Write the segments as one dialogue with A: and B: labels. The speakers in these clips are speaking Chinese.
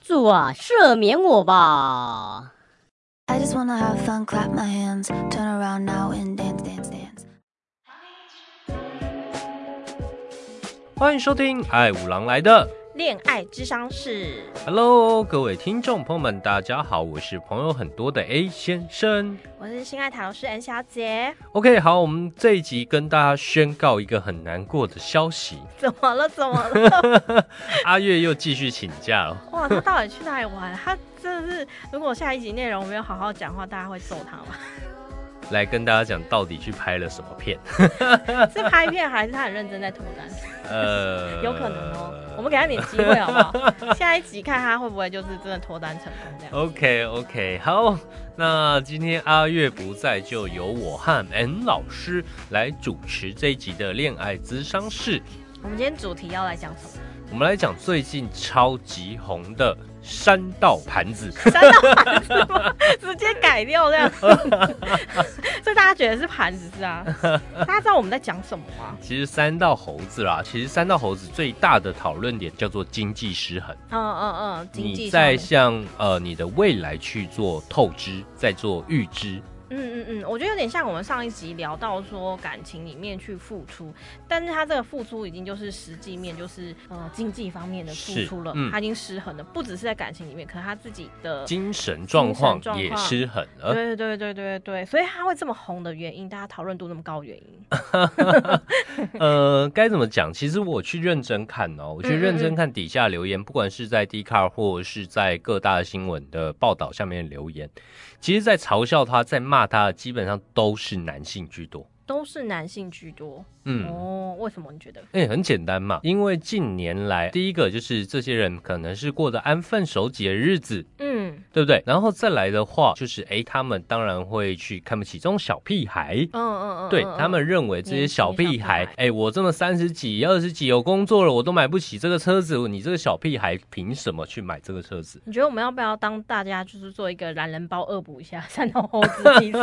A: 助我，赦免我吧！
B: I just wanna have fun, clap my hands, turn around now and dance, dance, dance.
C: 欢迎收听《爱五郎来的
D: 恋爱智商是》。
C: Hello，各位听众朋友们，大家好，我是朋友很多的 A 先生。
D: 我是心爱塔罗师 N 小姐。
C: OK，好，我们这一集跟大家宣告一个很难过的消息，
D: 怎么了？怎么 了？
C: 阿月又继续请假了。
D: 哇，他到底去哪里玩？他真的是，如果下一集内容没有好好讲话，大家会揍他吗？
C: 来跟大家讲到底去拍了什么片？
D: 是拍片还是他很认真在脱单？
C: 呃
D: 有可能哦。我们给他点机会好不 好？下一集看他会不会就是真的脱单成功这样。
C: OK OK，好，那今天阿月不在，就由我和 N 老师来主持这一集的恋爱咨商室。
D: 我们今天主题要来讲什么？
C: 我们来讲最近超级红的山道盘子。
D: 三道盘子 吗？直接改掉这 样。所以大家觉得是盘子是啊？大家知道我们在讲什么吗？
C: 其实三道猴子啦，其实三道猴子最大的讨论点叫做经济失衡。
D: 嗯嗯嗯，经济
C: 你
D: 上
C: 在
D: 面。
C: 向呃你的未来去做透支，在做预支，
D: 嗯嗯嗯，我觉得有点像我们上一集聊到说感情里面去付出，但是他这个付出已经就是实际面，就是呃经济方面的付
C: 是
D: 出了，
C: 嗯
D: 他已经失衡了，不只是在感情里面，可能他自己的。
C: 精神状况
D: 状
C: 也
D: 况
C: 失衡了。
D: 对对对对对，所以他会这么红的原因，大家讨论度那么高，原因
C: 嗯呃，该怎么讲？其实我去认真看哦，我去认真看底下留言，不管是在 d c a r 或是在各大新闻的报道下面留言，其实，在嘲笑他、在骂他的，基本上都是男性居多。
D: 都是男性居多。
C: 嗯。
D: 哦，为什么你觉得？
C: 哎、很简单嘛，因为近年来，第一个就是这些人可能是过得安分守己的日子，
D: 嗯
C: 对不对？然后再来的话，就是哎、诶他们当然会去看不起这种小屁孩。
D: 嗯嗯嗯，
C: 对
D: 嗯
C: 他们认为这些小屁孩
D: 年轻小屁孩，
C: 哎、我这么三十几、二十几有工作了，我都买不起这个车子，你这个小屁孩凭什么去买这个车子？
D: 你觉得我们要不要当大家就是做一个懒人包恶补一下三头猴子精神？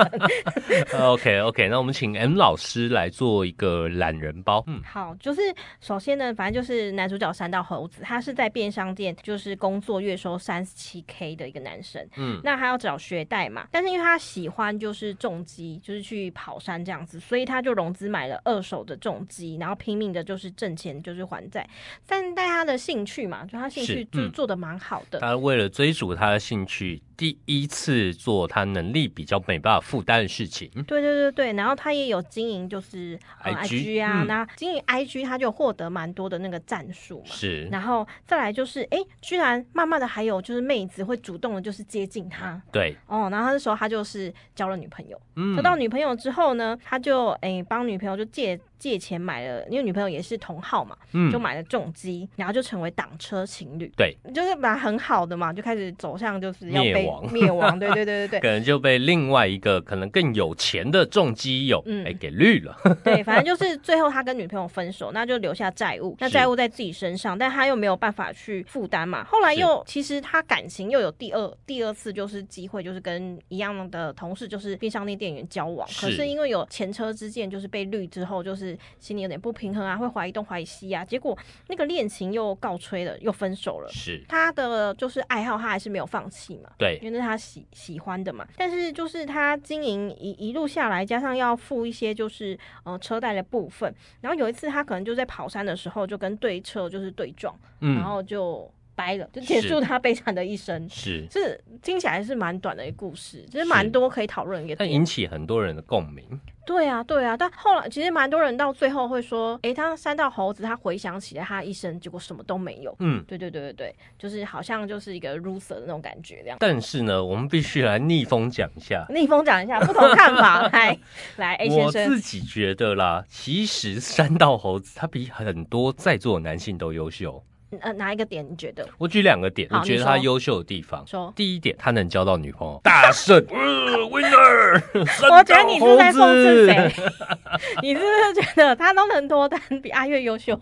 C: OK OK，那我们请 M 老师来做一个懒人包。嗯，
D: 好，就是首先呢，反正就是男主角山道猴子，他是在便利商店就是工作，月收三十七 K 的一个男
C: 嗯
D: 生。嗯，那他要找学贷嘛，但是因为他喜欢就是重机，就是去跑山这样子，所以他就融资买了二手的重机，然后拼命的就是挣钱，就是还债。但但他的兴趣嘛，就他兴
C: 是
D: 趣就是
C: 嗯
D: 做的蛮好的。
C: 他为了追逐他的兴趣，第一次做他能力比较没办法负担的事情。
D: 对对对对，然后他也有经营，就是、呃、
C: IG
D: IG 啊，
C: 嗯
D: 那经营 IG 他就获得蛮多的那个战术嘛。
C: 是，
D: 然后再来就是，哎，居然慢慢的还有就是妹子会主动的，就是接近他
C: 对，
D: 哦。然后那时候他就是交了女朋友，
C: 嗯
D: 得到女朋友之后呢，他就哎帮女朋友就借借钱买了，因为女朋友也是同号嘛，
C: 嗯
D: 就买了重机，然后就成为挡车情侣。
C: 对，
D: 就是把很好的嘛，就开始走向就是要
C: 灭
D: 被
C: 亡
D: 灭亡，对对对对
C: 可
D: 对
C: 能就被另外一个可能更有钱的重机友
D: 嗯
C: 哎给绿了。
D: 对，反正就是最后他跟女朋友分手，那就留下债务，那
C: 是
D: 债务在自己身上，但他又没有办法去负担嘛。后来又其实他感情又有第二第二次就是机会，就是跟一样的同事就是便利商店店员交往，
C: 是
D: 可是因为有前车之鉴，就是被绿之后，就是心里有点不平衡啊，会怀疑东怀疑西啊，结果那个恋情又告吹了，又分手了。
C: 是，
D: 他的就是爱好，他还是没有放弃嘛。因
C: 对，
D: 为那是他喜喜欢的嘛。但是就是他经营一一路下来，加上要付一些就是呃车贷的部分，然后有一次他可能就在跑山的时候就跟对车就是对撞，然
C: 嗯，
D: 后就掰了，就结
C: 是
D: 束他悲惨的一生。
C: 是，
D: 是听起来是蛮短的一个故事，就是
C: 是
D: 蛮多可以讨论的一个
C: 但
D: 点
C: 引。起很多人的共鸣。
D: 对啊，对啊，但后来其实蛮多人到最后会说，诶，他山道猴子，他回想起了他一生，结果什么都没有。
C: 嗯，
D: 对对对对对，就是好像就是一个 loser 的那种感觉这样。
C: 但是呢，我们必须来逆风讲一下。
D: 逆风讲一下不同 看法，来来 A
C: 我
D: 哎先
C: 自
D: 生，
C: 己觉得啦，其实山道猴子他比很多在座的男性都优秀。
D: 呃，哪一个点你觉得？
C: 我举两个点，
D: 好
C: 我觉
D: 你
C: 得
D: 说
C: 他优秀的地方。
D: 说，
C: 第一点，他能交到女朋友，大胜，呃，winner 山
D: 我觉得你
C: 道猴
D: 是在讽
C: 子
D: 刺谁？ 你是不是觉得他都能脱单，比阿月 优秀？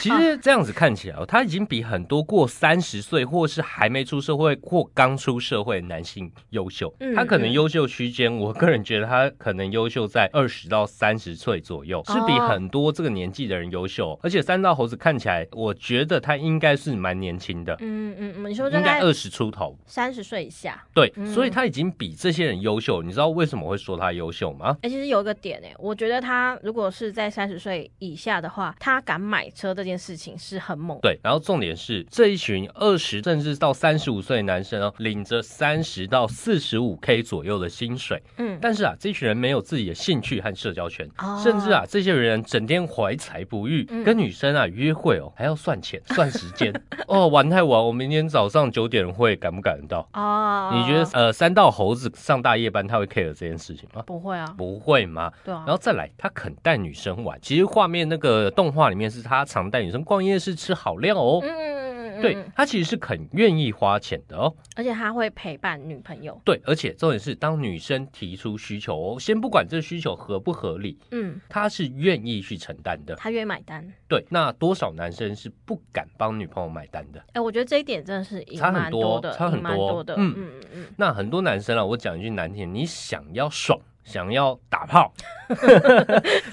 C: 其实这样子看起来哦，他已经比很多过三十岁或是还没出社会或刚出社会的男性优秀。
D: 嗯
C: 他可能优秀区间，我个人觉得他可能优秀在二十到三十岁左右，是比
D: 哦
C: 哦很多这个年纪的人优秀。而且三道猴子看起来，我觉得他应该是蛮年轻的，
D: 嗯嗯嗯，你说大
C: 应该
D: 概
C: 二十出头。
D: 三十岁以下。
C: 对，
D: 嗯
C: 所以他已经比这些人优秀。你知道为什么会说他优秀吗？
D: 哎、其实有一个点哎、我觉得他如果是在三十岁以下的话，他敢买车这件事情是很猛的。
C: 对，然后重点是这一群二十甚至到三十五岁的男生哦，领着三十到四十五 K 左右的薪水，
D: 嗯，
C: 但是啊，这群人没有自己的兴趣和社交圈，
D: 哦
C: 甚至啊，这些人整天怀才不遇，
D: 嗯
C: 跟女生啊约会哦，还要算钱、算时间哦，玩太晚，我明天早上九点会赶不赶得到？
D: 哦，
C: 你觉得呃，三道猴子上大夜班他会 care 这件事情吗？
D: 不会啊？
C: 不会吗？
D: 对啊
C: 然，后再来，他肯带女生玩。其实画面那个动画里面是他常带女生逛夜市、吃好料哦。
D: 嗯嗯嗯嗯，嗯
C: 对
D: 嗯
C: 他其实是肯愿意花钱的哦。
D: 而且他会陪伴女朋友。
C: 对，而且重点是，当女生提出需求哦，先不管这需求合不合理，
D: 嗯，
C: 他是愿意去承担的。
D: 他愿意买单。
C: 对，那多少男生是不敢帮女朋友买单的？
D: 哎、我觉得这一点真的是赢
C: 差很
D: 蛮
C: 多
D: 的，
C: 差很
D: 赢蛮
C: 多
D: 多的。
C: 嗯
D: 嗯嗯嗯，
C: 那很多男生啊，我讲一句难听，你想要爽，想要打 炮，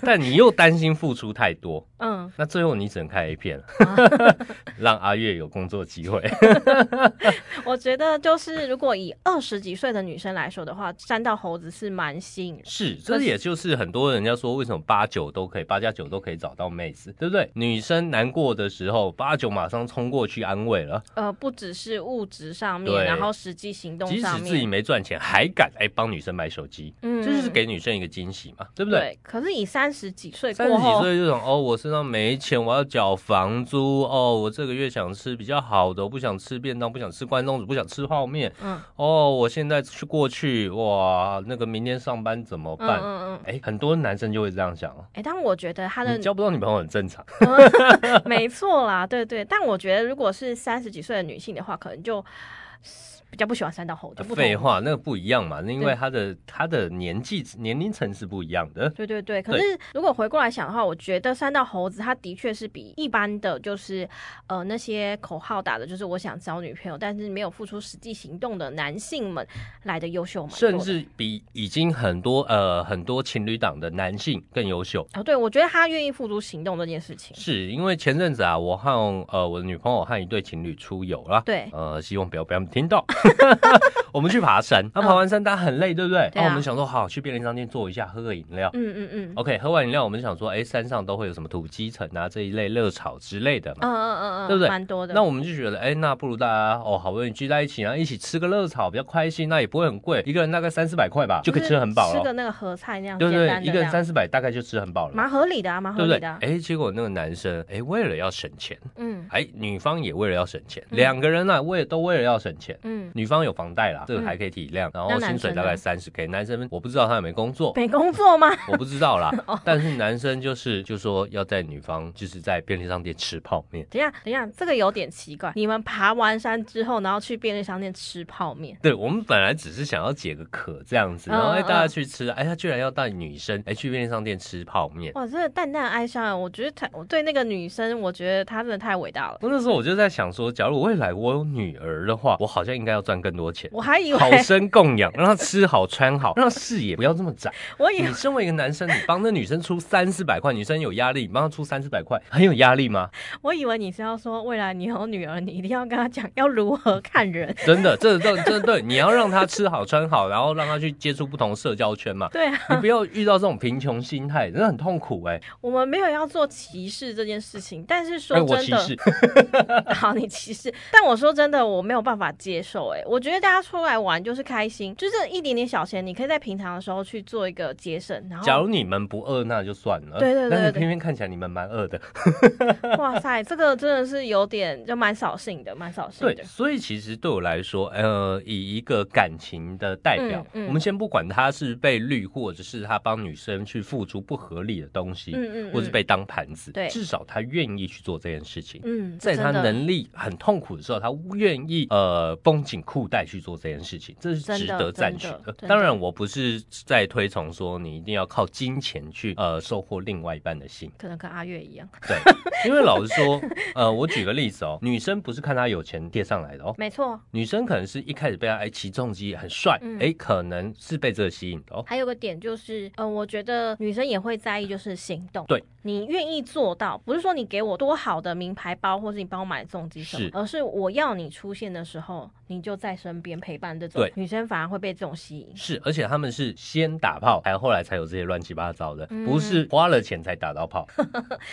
C: 但你又担心付出太多，
D: 嗯，
C: 那最后你只能看 A 片了， 让阿月有工作机会。
D: 我觉得就是如果以二十几岁的女生来说的话，山道猴子是蛮吸引人。
C: 是，这也就是很多人家说为什么八九都可以，八加九都可以找到妹子，对不对？女生难过的时候，八九马上冲过去安慰了，
D: 呃，不只是物质上面，
C: 对
D: 然后实际行动
C: 即
D: 上
C: 使
D: 面，
C: 自己没赚钱，还敢哎帮女生买手机，
D: 嗯
C: 这就是给女生一个惊喜嘛，对不对？
D: 对。可是以三十几岁
C: 三十
D: 过
C: 几
D: 后，
C: 岁就想哦，我身上没钱，我要缴房租哦，我这个月想吃比较好的，我不想吃便当，不想吃关东煮，不想吃泡面
D: 嗯
C: 哦，我现在去过去哇，那个明天上班怎么
D: 嗯
C: 办？
D: 嗯嗯。
C: 哎、很多男生就会这样想哦，
D: 哎、但我觉得他的
C: 你交不到女朋友很正常。
D: 没错啦，对对，但我觉得如果是三十几岁的女性的话，可能就比较不喜欢三道猴子。不同
C: 废，话，那个不一样嘛，那因为
D: 对
C: 他的他的年纪年龄层是不一样的。
D: 对对对。可
C: 对
D: 是如果回过来想的话，我觉得三道猴子他的确是比一般的就是呃那些口号打的就是我想找女朋友，但是没有付出实际行动的男性们来的优秀嘛，
C: 甚至比已经很多呃很多情侣档的男性更优秀，
D: 哦，对，我觉得他愿意付出行动这件事情，
C: 是因为前阵子啊，我和呃我的女朋友和一对情侣出游啦，
D: 对
C: 呃，希望不要被他们 听到。我们去爬山，那、爬完山大家很累，对不对？
D: 对
C: 那、
D: 啊
C: 我们想说，好去便利商店坐一下，喝个饮料。
D: 嗯嗯嗯，
C: OK，喝完饮料，我们想说，哎，山上都会有什么土鸡城啊这一类热炒之类的嘛。
D: 嗯嗯嗯嗯，
C: 对不对
D: 蛮多的。
C: 那我们就觉得，哎，那不如大家哦，好不容易聚在一起，然后一起吃个热炒，比较开心，那也不会很贵，一个人大概三四百块吧，就可以吃很饱
D: 嗯就是吃个
C: 了，
D: 那个合菜那样
C: 对
D: 简
C: 不
D: 单
C: 对？
D: 的
C: 一个人
D: 量
C: 三四百，大概就吃很饱了
D: 蛮
C: 嘛，
D: 合理的啊，蛮合
C: 对不
D: 理
C: 对？
D: 的啊，
C: 哎，结果那个男生，哎，为了要省钱，
D: 嗯
C: 哎，女方也为了要省钱，
D: 嗯
C: 两个人呢、啊，为了都为了要省钱。
D: 嗯，
C: 女方有房贷啦，这个还可以体谅，然后
D: 那
C: 薪
D: 男
C: 水
D: 生
C: 大概
D: 呢
C: 三十 K。男生我不知道他有没有工 作，
D: 没工作吗？
C: 我不知道 啦。
D: 哦
C: 但是男生就是就说要在女方就是在便利商店吃泡面，
D: 等一下，等一下，这个有点奇怪。你们爬完山之后，然后去便利商店吃泡面，
C: 对，我们本来只是想要解个渴这样子，
D: 嗯
C: 然后哎
D: 嗯
C: 大家去吃，哎，他居然要带女生哎去便利商店吃泡面。
D: 哇，真的淡淡哀伤啊！我觉得她，我对那个女生，我觉得她真的太伟大了。
C: 我那时候我就在想说，假如未来我有女儿的话，我好像应该要赚更多钱，
D: 我还以为，
C: 好生供养，让她吃好穿好，让她视野不要这么窄。
D: 我以
C: 你
D: 为
C: 身为一个男生，你帮那女生出三四百块，女生有压力，你帮她出三四百块，很有压力吗？
D: 我以为你是要说，未来你有女儿，你一定要跟她讲 要如何看人。
C: 真的，这这这对，你要让她吃好穿好，然后让她去接触不同社交圈嘛。
D: 对啊，
C: 你不要遇到这种贫穷心态，真的很痛苦哎、
D: 我们没有要做歧视这件事情，但是说
C: 哎，
D: 真
C: 我
D: 的，
C: 歧视。
D: 好，你歧视，但我说真的，我没有办法接受、哎，我觉得大家出来玩就是开心，就是一点点小钱，你可以在平常的时候去做一个节省。然
C: 假
D: 后，
C: 如你们不饿，那就算了。
D: 对对对
C: 但是
D: 对
C: 偏偏看起来你们蛮饿的。
D: 哇塞，这个真的是有点就蛮扫兴的，蛮扫兴
C: 对
D: 的，。
C: 所以其实对我来说，呃，以一个感情的代表，
D: 嗯嗯
C: 我们先不管他是被绿，或者是他帮女生去付出不合理的东西，
D: 嗯嗯嗯
C: 或是被当盘子，
D: 对
C: 至少他愿意去做这件事情。
D: 嗯，
C: 在他
D: 真的
C: 能力很痛苦的时候，他愿意呃呃绷紧裤带去做这件事情，这是值得赞许
D: 真的真的
C: 当然，我不是在推崇说你一定要靠金钱去呃收获另外一半的心，
D: 可能跟阿月一样，
C: 对， 因为老实说，呃，我举个例子哦，女生不是看他有钱贴上来的哦，
D: 没错。
C: 女生可能是一开始被他哎起重机很帅，哎、
D: 嗯
C: 可能是被这个吸引的哦。
D: 还有个点就是，嗯、我觉得女生也会在意，就是行动。
C: 对，
D: 你愿意做到，不是说你给我多好的名牌包，或是你帮我买重机什么
C: 是，
D: 而是我要你出现的时候，你就在身边陪伴。这种
C: 对
D: 女生反而会被这种吸引。
C: 是，而且他们是先打炮，还后来才有这些乱七八糟的，
D: 嗯
C: 不是花了钱才打到炮，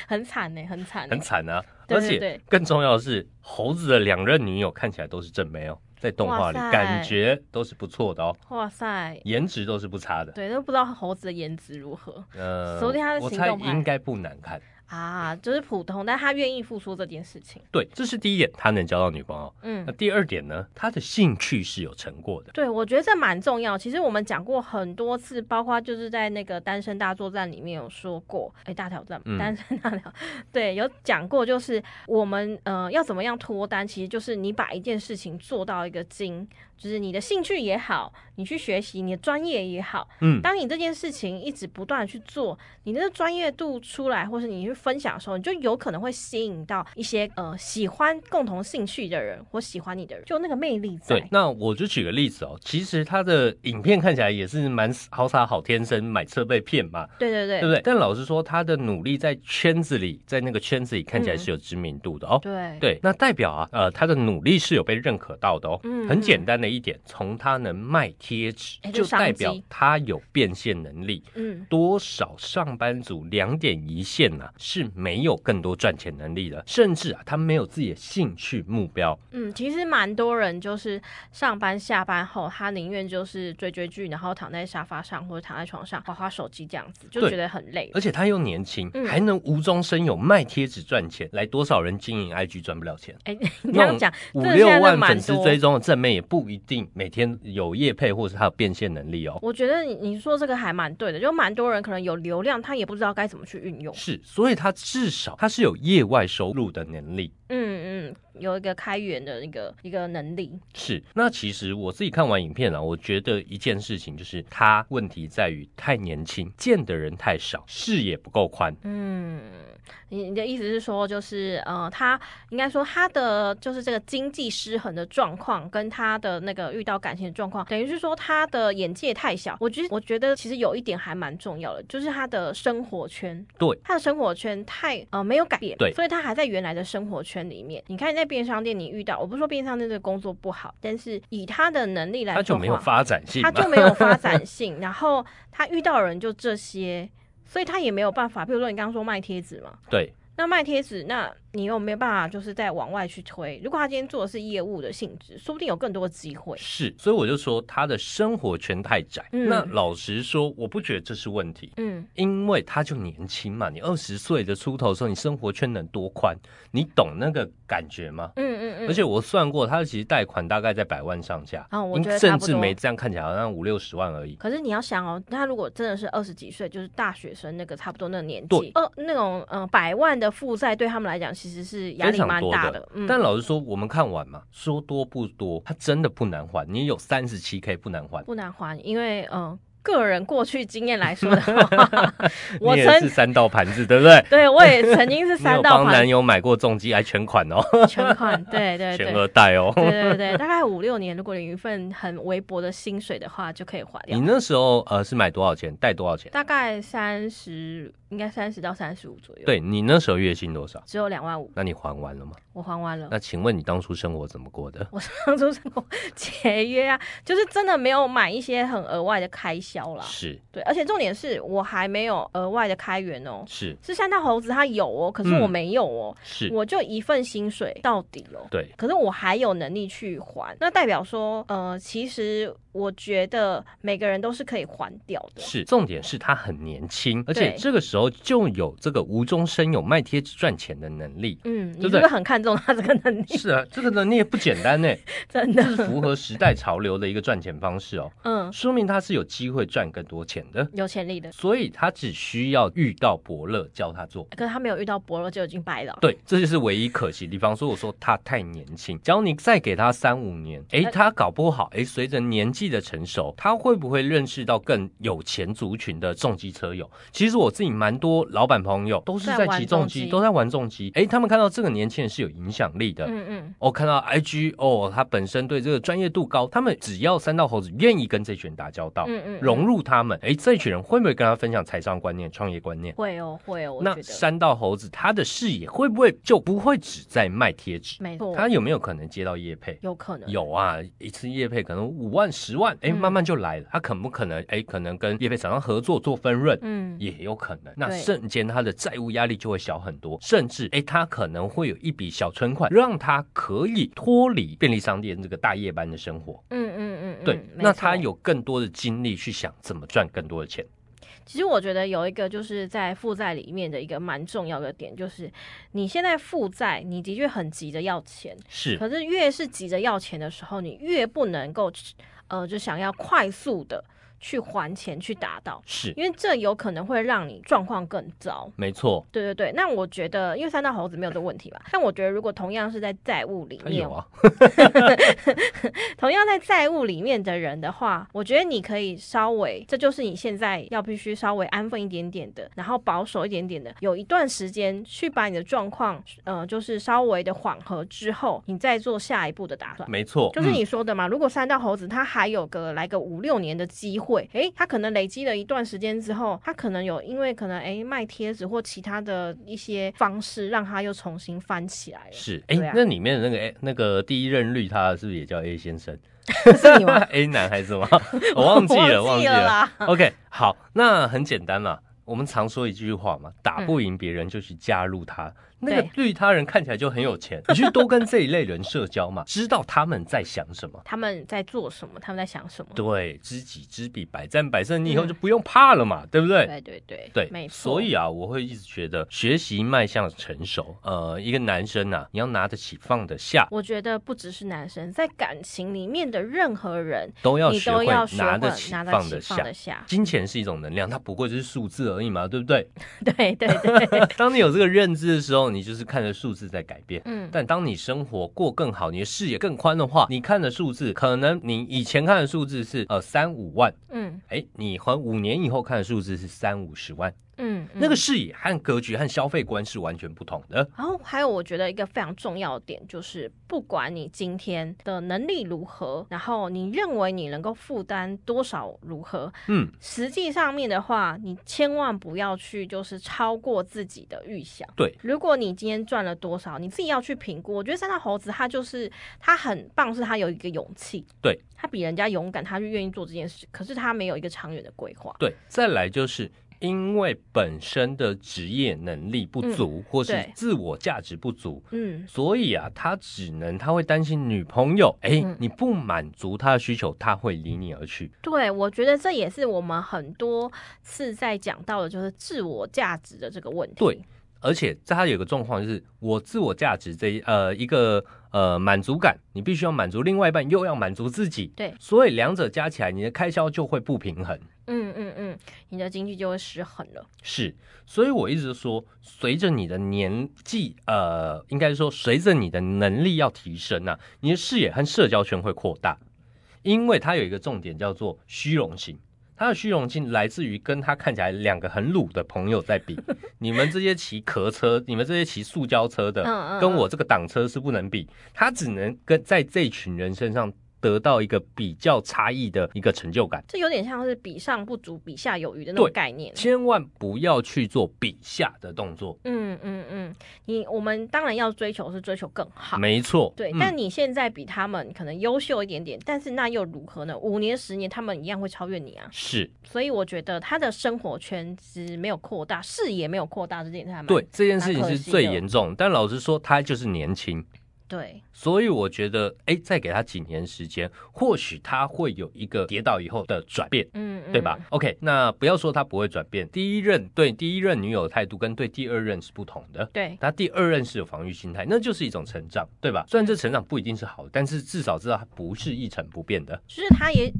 D: 很惨呢、很惨、欸
C: 很。惨啊！
D: 对
C: 而
D: 对对
C: 且更重要的是，猴子的两任女友看起来都是正妹哦，在动画里
D: 哇塞
C: 感觉都是不错的哦，
D: 哇塞，
C: 颜值都是不差的。
D: 对，都不知道猴子的颜值如何
C: 呃
D: 说不定他是
C: 我
D: 行
C: 猜
D: 动派
C: 应该不难看。
D: 啊，就是普通，但他愿意付出这件事情。
C: 对，这是第一点，他能交到女朋友。
D: 嗯
C: 那，第二点呢，他的兴趣是有成果的。
D: 对，我觉得这蛮重要。其实我们讲过很多次，包括就是在那个《单身大作战》里面有说过，哎，大挑战，
C: 嗯
D: 单身大挑，对，有讲过，就是我们呃要怎么样脱单，其实就是你把一件事情做到一个精，就是你的兴趣也好，你去学习，你的专业也好，
C: 嗯，
D: 当你这件事情一直不断的去做，你的专业度出来，或是你去分享的时候，你就有可能会吸引到一些呃喜欢共同兴趣的人或喜欢你的人，就那个魅力在
C: 对。。那我就举个例子哦，其实他的影片看起来也是蛮好傻好天生买车被骗嘛，
D: 对对对
C: 对不对？但老实说，他的努力在圈子里，在那个圈子里看起来是有知名度的哦。
D: 对
C: 对，那代表啊，呃，他的努力是有被认可到的哦。
D: 嗯
C: 很简单的一点，从他能卖贴纸
D: 哎，
C: 就
D: 就商机
C: 代表他有变现能力。
D: 嗯，
C: 多少上班族两点一线呐、是没有更多赚钱能力的，甚至啊，他没有自己的兴趣目标。
D: 嗯，其实蛮多人就是上班下班后，他宁愿就是追追剧，然后躺在沙发上或者躺在床上划划手机这样子，就
C: 对
D: 觉得很累。
C: 而且他又年轻，
D: 嗯
C: 还能无中生有卖贴纸赚钱，来多少人经营 IG 赚不了钱？
D: 哎， 你这样讲，
C: 五
D: 真的
C: 六
D: 现在
C: 万
D: 是蛮
C: 粉丝
D: 多
C: 追踪的正妹也不一定每天有业配或是他有变现能力哦。
D: 我觉得你你说这个还蛮对的，就蛮多人可能有流量，他也不知道该怎么去运用。
C: 是，所以他至少他是有业外收入的能力。
D: 嗯嗯，有一个开源的一个一个能力。
C: 是，那其实我自己看完影片啊，我觉得一件事情就是他问题在于太年轻，见的人太少，视野不够宽。
D: 嗯，你你的意思是说，就是呃，他应该说他的就是这个经济失衡的状况，跟他的那个遇到感情的状况，等于是说他的眼界太小。我觉得我觉得其实有一点还蛮重要的，就是他的生活圈，
C: 对，
D: 他的生活圈太呃没有改变，
C: 对
D: 所以他还在原来的生活圈里面。你看你在便利商店你遇到，我不是说便利商店这个工作不好，但是以他的能力来说
C: 他就
D: 话，
C: 没有发展性嘛
D: 他，就没有发展性，然后他遇到的人就这些，所以他也没有办法。比如说你刚刚说卖贴纸嘛，
C: 对，
D: 那卖贴纸，那你又没有办法就是再往外去推。如果他今天做的是业务的性质，说不定有更多的机会。
C: 是，所以我就说他的生活圈太窄。
D: 嗯
C: 那老实说，我不觉得这是问题。
D: 嗯，
C: 因为他就年轻嘛，你二十岁的出头的时候，你生活圈能多宽？你懂那个感觉吗？
D: 嗯嗯嗯，
C: 而且我算过，他其实贷款大概在百万上下，
D: 啊我
C: 应
D: 觉得差
C: 甚
D: 不
C: 至
D: 多
C: 没这样看起来好像五六十万而已。
D: 可是你要想哦，他如果真的是二十几岁，就是大学生那个差不多那个年纪
C: 对，
D: 呃，那种嗯、呃百万的负债对他们来讲其实是压
C: 非
D: 力
C: 常
D: 蛮
C: 多
D: 大
C: 的，
D: 的。嗯，
C: 但老实说，我们看完嘛，说多不多，他真的不难还。你有三十七 K 不难还，
D: 不难还，因为嗯、呃个人过去经验来说的话， 我
C: 你也是
D: 曾
C: 三道盘子，对 不对？
D: 对我也曾经是
C: 你有
D: 三道
C: 帮
D: 盘
C: 男友买过重机，还全款哦，
D: 全款，对 对
C: 全
D: 对。
C: 额贷哦。
D: 对对对，大概五六年，如果你有一份很微薄的薪水的话，就可以花掉
C: 你。那时候呃是买多少钱，贷多少钱？
D: 大概三十，应该三十到三十五左右。，
C: 对你那时候月薪多少？
D: 只有两万五，
C: 那你还完了吗？
D: 我还完了。
C: 那请问你当初生活怎么过的？
D: 我 当初是我节约啊，就是真的没有买一些很额外的开销啦。
C: 是
D: 对，而且重点是我还没有额外的开源哦。
C: 是
D: 是三大猴子他有哦，可是
C: 嗯
D: 我没有哦，
C: 是，
D: 我就一份薪水到底哦。
C: 对
D: 可是我还有能力去还，那代表说，呃，其实我觉得每个人都是可以还掉的。
C: 是，重点是他很年轻，而且
D: 对
C: 这个时候就有这个无中生有卖贴纸赚钱的能 力。
D: 嗯，
C: 对
D: 你
C: 不
D: 是不
C: 对
D: 是很看重他这个能力？
C: 是啊，这个能力也不简单呢，
D: 真的，
C: 符合时代潮流的一个赚钱方式哦，
D: 嗯，
C: 说明他是有机会赚更多钱的。
D: 有潜力的。
C: 所以他只需要遇到伯乐教他做。
D: 可是他没有遇到伯乐就已经掰了。
C: 对，这就是唯一可惜的地方。所以我说他太年轻，只要你再给他三五年，诶，
D: 呃
C: 他搞不好，诶，随着年纪的成熟，他会不会认识到更有钱族群的重机车友？其实我自己蛮多老板朋友都是
D: 在
C: 在
D: 玩
C: 骑
D: 重
C: 重机，
D: 机
C: 都在玩重机。诶，他们看到这个年轻人是有影响力的，
D: 嗯嗯，
C: 哦，看到 IG 哦，他本身对这个专业度高，他们只要三道猴子愿意跟这群人打交道，
D: 嗯嗯嗯
C: 融入他们，诶，这群人会不会跟他分享财商观念、创业观念？
D: 会哦会哦，我觉
C: 那
D: 得
C: 三道猴子他的视野会不会就不会只在卖贴纸？
D: 没错，
C: 他有没有可能接到业配？
D: 有可能
C: 有啊，一次业配可能五万、十万，诶，
D: 嗯
C: 慢慢就来了。他可不可能？诶，可能跟业配厂商合作做分润，
D: 嗯，
C: 也有可能。那
D: 对
C: 瞬间他的债务压力就会小很多，甚至诶，他可能会有一笔小存款，让他可以脱离便利商店这个大夜班的生活。
D: 嗯嗯嗯，嗯
C: 对，
D: 没
C: 那
D: 错
C: 他有更多的精力去想怎么赚更多的钱。
D: 其实我觉得有一个就是在负债里面的一个蛮重要的点，就是你现在负债，你的确很急着要钱，
C: 是，
D: 可是越是急着要钱的时候，你越不能够去呃，就想要快速的去还钱去达到，
C: 是，
D: 因为这有可能会让你状况更糟。
C: 没错，
D: 对对对，那我觉得，因为三大猴子没有这个问题吧？但我觉得，如果同样是在债务里
C: 他
D: 面
C: 有，啊。
D: 同样在债务里面的人的话，我觉得你可以稍微，这就是你现在要必须稍微安分一点点的，然后保守一点点的，有一段时间去把你的状况，呃，就是稍微的缓和之后，你再做下一步的打算。
C: 没错，
D: 就是
C: 嗯
D: 你说的嘛，如果三道猴子他还有个来个五六年的机会，诶，他可能累积了一段时间之后，他可能有因为可能诶卖贴纸或其他的一些方式，让他又重新翻起来了。
C: 是，哎、
D: 对啊
C: 那里面的那个 A 那个第一任绿，他是不是也叫 A 先生
D: 是你吗？
C: ？A 男还是什么？我忘记了， 忘
D: 我忘
C: 记
D: 记了啦。
C: OK，好，那很简单嘛，我们常说一句话嘛，打不赢别人就去加入他。那个
D: 嗯对
C: 对他人看起来就很有钱，你去多跟这一类人社交嘛，知道他们在想什么。
D: 他们在做什么？他们在想什么？
C: 对，知己知彼，百战百胜，你以后就不用怕了嘛，对不对？
D: 嗯对对对，
C: 对，
D: 没错。
C: 所以啊，我会一直觉得学习迈向成熟，呃，一个男生啊，你要拿得起放得下，
D: 我觉得不只是男生，在感情里面的任何人，
C: 都要
D: 你
C: 学
D: 都
C: 会
D: 要学会
C: 拿
D: 拿
C: 得
D: 得
C: 起
D: 起
C: 放
D: 放
C: 得
D: 得
C: 下。
D: 下。
C: 金钱是一种能量，它不过就是数字而已嘛，对不对？
D: 对对 对，
C: 当你有这个认知的时候，你就是看着数字在改变。
D: 嗯，
C: 但当你生活过更好，你的视野更宽的话，你看的数字，可能你以前看的数字是呃三五万，
D: 嗯
C: 哎，你还五年以后看的数字是三五十万，
D: 嗯，
C: 那个
D: 嗯。
C: 视野和格局和消费观是完全不同的。
D: 然后还有，我觉得一个非常重要的点就是，不管你今天的能力如何，然后你认为你能够负担多少如何，
C: 嗯，
D: 实际上面的话，你千万不要去就是超过自己的预想。
C: 对，
D: 如果你今天赚了多少，你自己要去评估。我觉得三大猴子他就是他很棒，是他有一个勇气，
C: 对
D: 他比人家勇敢，他就愿意做这件事。可是他没有一个长远的规划，
C: 对，再来就是因为本身的职业能力不足，或是
D: 对
C: 自我价值不足，
D: 嗯，
C: 所以啊，他只能他会担心女朋友，哎、
D: 嗯
C: 你不满足他的需求，他会离你而去。
D: 对，我觉得这也是我们很多次在讲到的，就是自我价值的这个问题。
C: 对，而且他有个状况就是，我自我价值这一呃一个呃满足感，你必须要满足另外一半，又要满足自己，
D: 对
C: 所以两者加起来，你的开销就会不平衡。
D: 嗯嗯嗯，你的经济就会失衡了。
C: 是，所以我一直说，随着你的年纪，呃，应该说随着你的能力要提升啊，你的视野和社交圈会扩大，因为它有一个重点叫做虚荣心。它的虚荣心来自于跟他看起来两个很鲁的朋友在 比，你们这些骑壳车，你们这些骑塑胶车的
D: 嗯，嗯
C: 跟我这个挡车是不能比，他只能跟在这群人身上得到一个比较差异的一个成就感。
D: 这有点像是比上不足，比下有余的那种
C: 对
D: 概念。
C: 千万不要去做比下的动作，
D: 嗯嗯嗯，你我们当然要追求是追求更好，
C: 没错，
D: 对，
C: 嗯
D: 但你现在比他们可能优秀一点点，但是那又如何呢？五年、十年，他们一样会超越你啊。
C: 是
D: 所以我觉得他的生活圈子没有扩大，视野没有扩大，这点是还蛮
C: 对这件事情
D: 蛮可
C: 是
D: 惜
C: 最
D: 的
C: 严重。但老实说，他就是年轻，
D: 对，
C: 所以我觉得，哎，再给他几年时间，或许他会有一个跌倒以后的转变。
D: 嗯，
C: 对吧、o k 那不要说他不会转变，第一任对第一任女友的态度跟对第二任是不同的
D: 嗯？。对，
C: 他第二任是有防御心态，那就是一种成长，对吧？虽然这成长不一定是好的，但是至少知道它不是一成不变的。
D: 就是他也，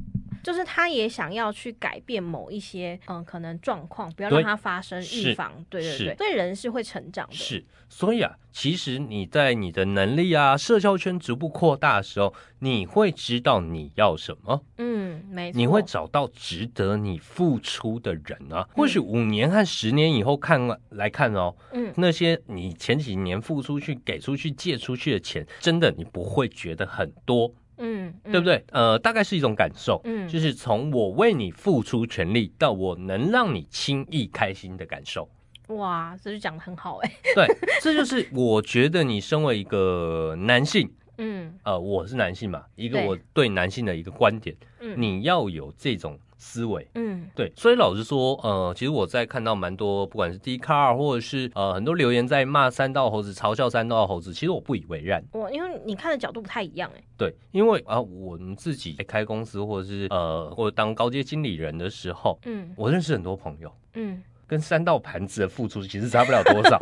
D: 就是他也想要去改变某一些嗯可能状况，不要让
C: 对
D: 它发生，
C: 是
D: 预防。对对
C: 是
D: 对，所以人是会成长的。，
C: 是，所以啊，其实你在你的能力啊、社交圈逐步扩大的时候，你会知道你要什么，
D: 嗯，没错。
C: 你会找到值得你付出的人啊。或许五年和十年以后看了来看哦，
D: 嗯
C: 那些你前几年付出去、给出去、借出去的钱，真的你不会觉得很多，
D: 嗯，嗯
C: 对不？对？呃，大概是一种感受。
D: 嗯，
C: 就是从我为你付出全力到我能让你轻易开心的感受，
D: 哇，这就讲的很好哎、
C: 对，这就是我觉得你身为一个男性，
D: 嗯
C: 呃，我是男性嘛，一个
D: 对
C: 我对男性的一个观点，
D: 嗯，
C: 你要有这种思维。
D: 嗯
C: 对，所以老实说，呃，其实我在看到蛮多，不管是 D 卡或者是呃很多留言在骂三道猴子、嘲笑三道猴子，其实我不以为然。
D: 我因为你看的角度不太一样哎、
C: 对，因为啊、我们自己在开公司或者是呃或者当高阶经理人的时候，
D: 嗯
C: 我认识很多朋友，
D: 嗯，
C: 跟三道盘子的付出其实差不了多少。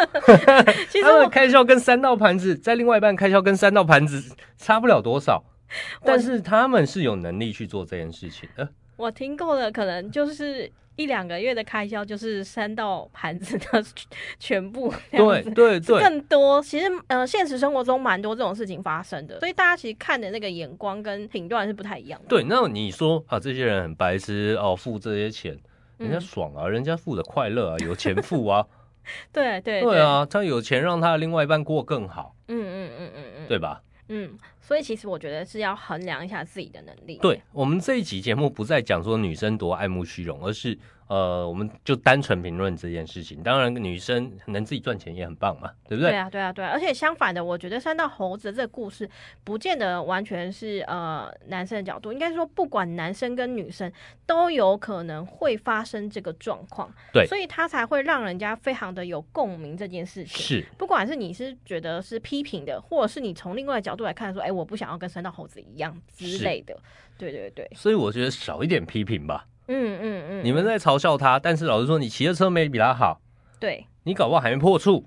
D: 其实
C: 他们
D: 我
C: 开销跟三道盘子，在另外一半开销跟三道盘子 差不了多少，但是他们是有能力去做这件事情呃的。
D: 我听够了，可能就是一两个月的开销就是三到盘子的 全部这样
C: 对
D: 子。
C: 对
D: 是
C: 对，
D: 更多，其实呃，现实生活中蛮多这种事情发生的，所以大家其实看的那个眼光跟评断是不太一样的。
C: 对。那你说啊，这些人很白痴哦，付这些钱，人家
D: 嗯
C: 爽啊，人家付的快乐啊，有钱付啊，
D: 对 对
C: 对，啊，他有钱让他的另外一半过更好，
D: 嗯嗯嗯嗯嗯，
C: 对吧？
D: 嗯，所以其实我觉得是要衡量一下自己的能力。
C: 对，我们这一集节目不再讲说女生多爱慕虚荣，而是呃，我们就单纯评论这件事情。当然，女生能自己赚钱也很棒嘛，对不对？
D: 对啊，对啊，对啊，而且相反的，我觉得三道猴子的这个故事，不见得完全是呃男生的角度，应该说不管男生跟女生都有可能会发生这个状况，
C: 对
D: 所以他才会让人家非常的有共鸣这件事情。
C: 是，
D: 不管是你是觉得是批评的，或者是你从另外的角度来看，说，哎，我不想要跟三道猴子一样之
C: 是
D: 类的，对对对，
C: 所以我觉得少一点批评吧。
D: 嗯嗯嗯，
C: 你们在嘲笑他，但是老实说，你骑的车没比他好，
D: 对，
C: 你搞不好还没破处。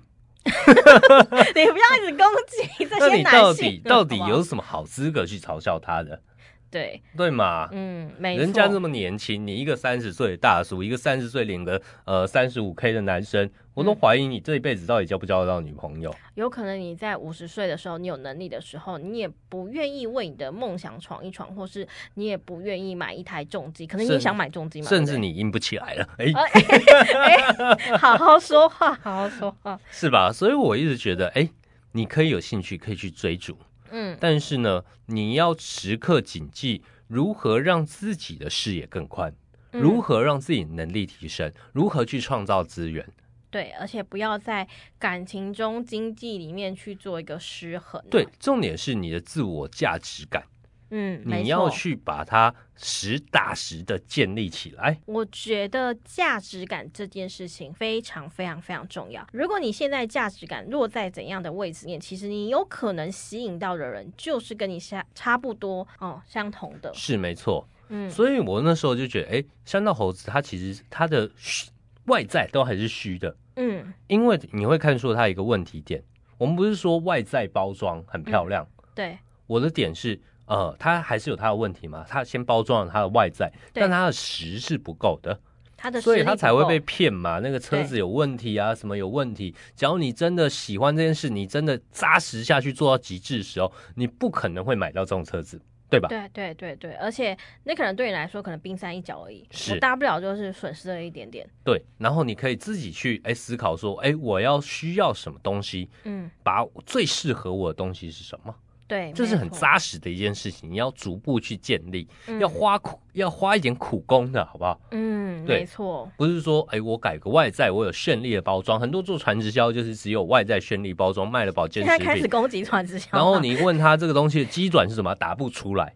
D: 你不要一直攻 击
C: 那
D: 这些
C: 你
D: 男性，嗯
C: 到底到底
D: 好不好
C: 有什么好资格去嘲笑他的？
D: 对，
C: 对嘛？
D: 嗯，没错，
C: 人家这么年轻，你一个三十岁的大叔，一个三十岁领个呃三十五 K 的男生，我都
D: 嗯
C: 怀疑你这一辈子到底交不交得到女朋友。
D: 有可能你在五十岁的时候，你有能力的时候，你也不愿意为你的梦想闯一闯，或是你也不愿意买一台重机，可能你也
C: 甚
D: 想买重机嘛，
C: 甚
D: 对
C: 至
D: 不对
C: 你硬不起来了，哎、
D: 哎哎哎 好好说话，好好说话，
C: 是吧？所以我一直觉得，哎、你可以有兴趣，可以去追逐，
D: 嗯，
C: 但是呢，你要时刻谨记如何让自己的视野更宽，
D: 嗯
C: 如何让自己能力提升，如何去创造资源。
D: 对，而且不要在感情中、经济里面去做一个失衡、啊，
C: 对，，重点是你的自我价值感，
D: 嗯，没
C: 你要
D: 错
C: 去把它实打实的建立起来。
D: 我觉得价值感这件事情非常非常非常重要。如果你现在价值感落在怎样的位置面，其实你有可能吸引到的人就是跟你相差不多哦相同的。
C: 是没错，
D: 嗯，
C: 所以我那时候就觉得，哎、山道猴子它其实它的虚外在都还是虚的，
D: 嗯，
C: 因为你会看出它一个问题点。我们不是说外在包装很漂亮，
D: 对，
C: 我的点是，呃，它还是有它的问题嘛。它先包装了它的外在，
D: 对
C: 但它的实是不够的，
D: 他的
C: 所以
D: 实力
C: 它
D: 不
C: 才会
D: 够
C: 被骗嘛。那个车子有问题啊，什么有问题。只要你真的喜欢这件事，你真的扎实下去做到极致的时候，你不可能会买到这种车子，对吧？
D: 对对对对，而且那可能对你来说可能冰山一角而已，
C: 是
D: 我大不了就是损失了一点点。
C: 对然后你可以自己去哎思考说，哎，我要需要什么东西，
D: 嗯，
C: 把最适合我的东西是什么。
D: 对，
C: 这
D: 没
C: 是很
D: 错，
C: 扎实的一件事情，你要逐步去建立，
D: 嗯
C: 要花苦要花一点苦功的好不好？
D: 嗯，
C: 对
D: 没错，
C: 不是说，哎，我改个外在，我有绚丽的包装。很多做传直销就是只有外在绚丽包装，卖了保健
D: 现在开
C: 食
D: 始
C: 品。
D: 攻击传直销 了，
C: 然后你问他这个东西的基转是什么，答不出来。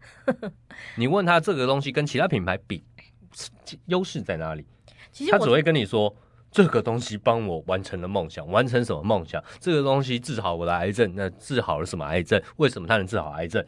C: 你问他这个东西跟其他品牌比，优势在哪里？
D: 其实
C: 他
D: 我
C: 只会跟你说这个东西帮我完成了梦想，完成什么梦想？这个东西治好我的癌症，那治好了什么癌症？为什么它能治好癌症？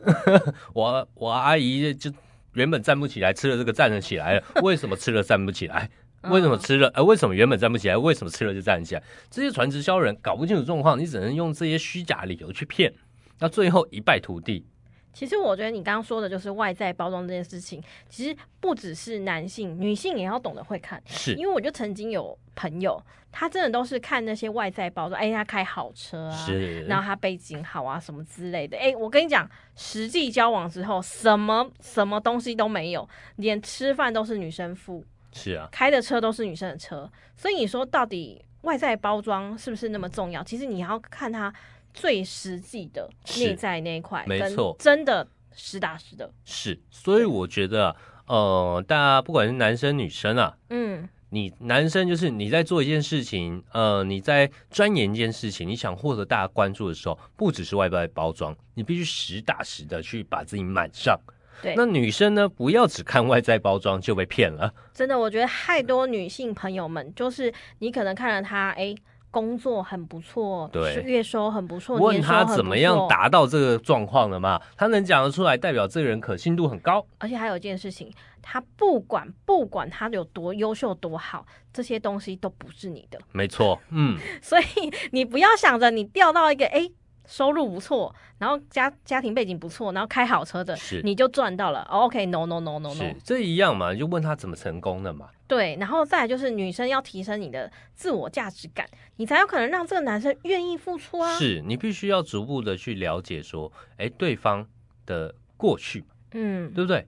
C: 我我阿姨就原本站不起来，吃了这个站得起来了，为什么吃了站不起来？
D: 嗯
C: 为什么吃了？呃，为什么原本站不起来？为什么吃了就站起来？这些传直销人搞不清楚状况，你只能用这些虚假理由去骗，那最后一败涂地。
D: 其实我觉得你刚刚说的就是外在包装这件事情，其实不只是男性，女性也要懂得会看。
C: 是
D: 因为我就曾经有朋友，他真的都是看那些外在包装，哎，他开好车啊，
C: 是，
D: 然后他背景好啊，什么之类的。哎，我跟你讲，实际交往之后，什么什么东西都没有，连吃饭都是女生付，
C: 是啊，
D: 开的车都是女生的车，所以你说到底外在包装是不是那么重要？其实你要看他最实际的
C: 是
D: 内在那一块，
C: 没
D: 跟
C: 错
D: 真的实打实的，
C: 是。所以我觉得，呃，大家不管是男生女生啊，
D: 嗯，
C: 你男生就是你在做一件事情，呃，你在钻研一件事情，你想获得大家关注的时候，不只是外在包装，你必须实打实的去把自己满上。
D: 对
C: 那女生呢，不要只看外在包装就被骗了。
D: 真的，我觉得太多女性朋友们，就是你可能看了她，哎、工作很不错，
C: 对
D: 是月收很不错，
C: 问
D: 年收
C: 他
D: 很
C: 怎
D: 不
C: 么样
D: 错，
C: 达到这个状况的嘛？他能讲得出来，代表这个人可信度很高。
D: 而且还有一件事情，她不管不管她有多优秀多好，这些东西都不是你的，
C: 没错，嗯，
D: 所以你不要想着你调到一个哎。诶收入不错，然后家家庭背景不错，然后开好车的
C: 是，
D: 你就赚到了。哦 OK，no、no no no no，
C: 是这一样嘛？你就问他怎么成功的嘛？
D: 对。然后再来就是女生要提升你的自我价值感，你才有可能让这个男生愿意付出啊。，
C: 是你必须要逐步的去了解说，哎，对方的过去，
D: 嗯，
C: 对不对？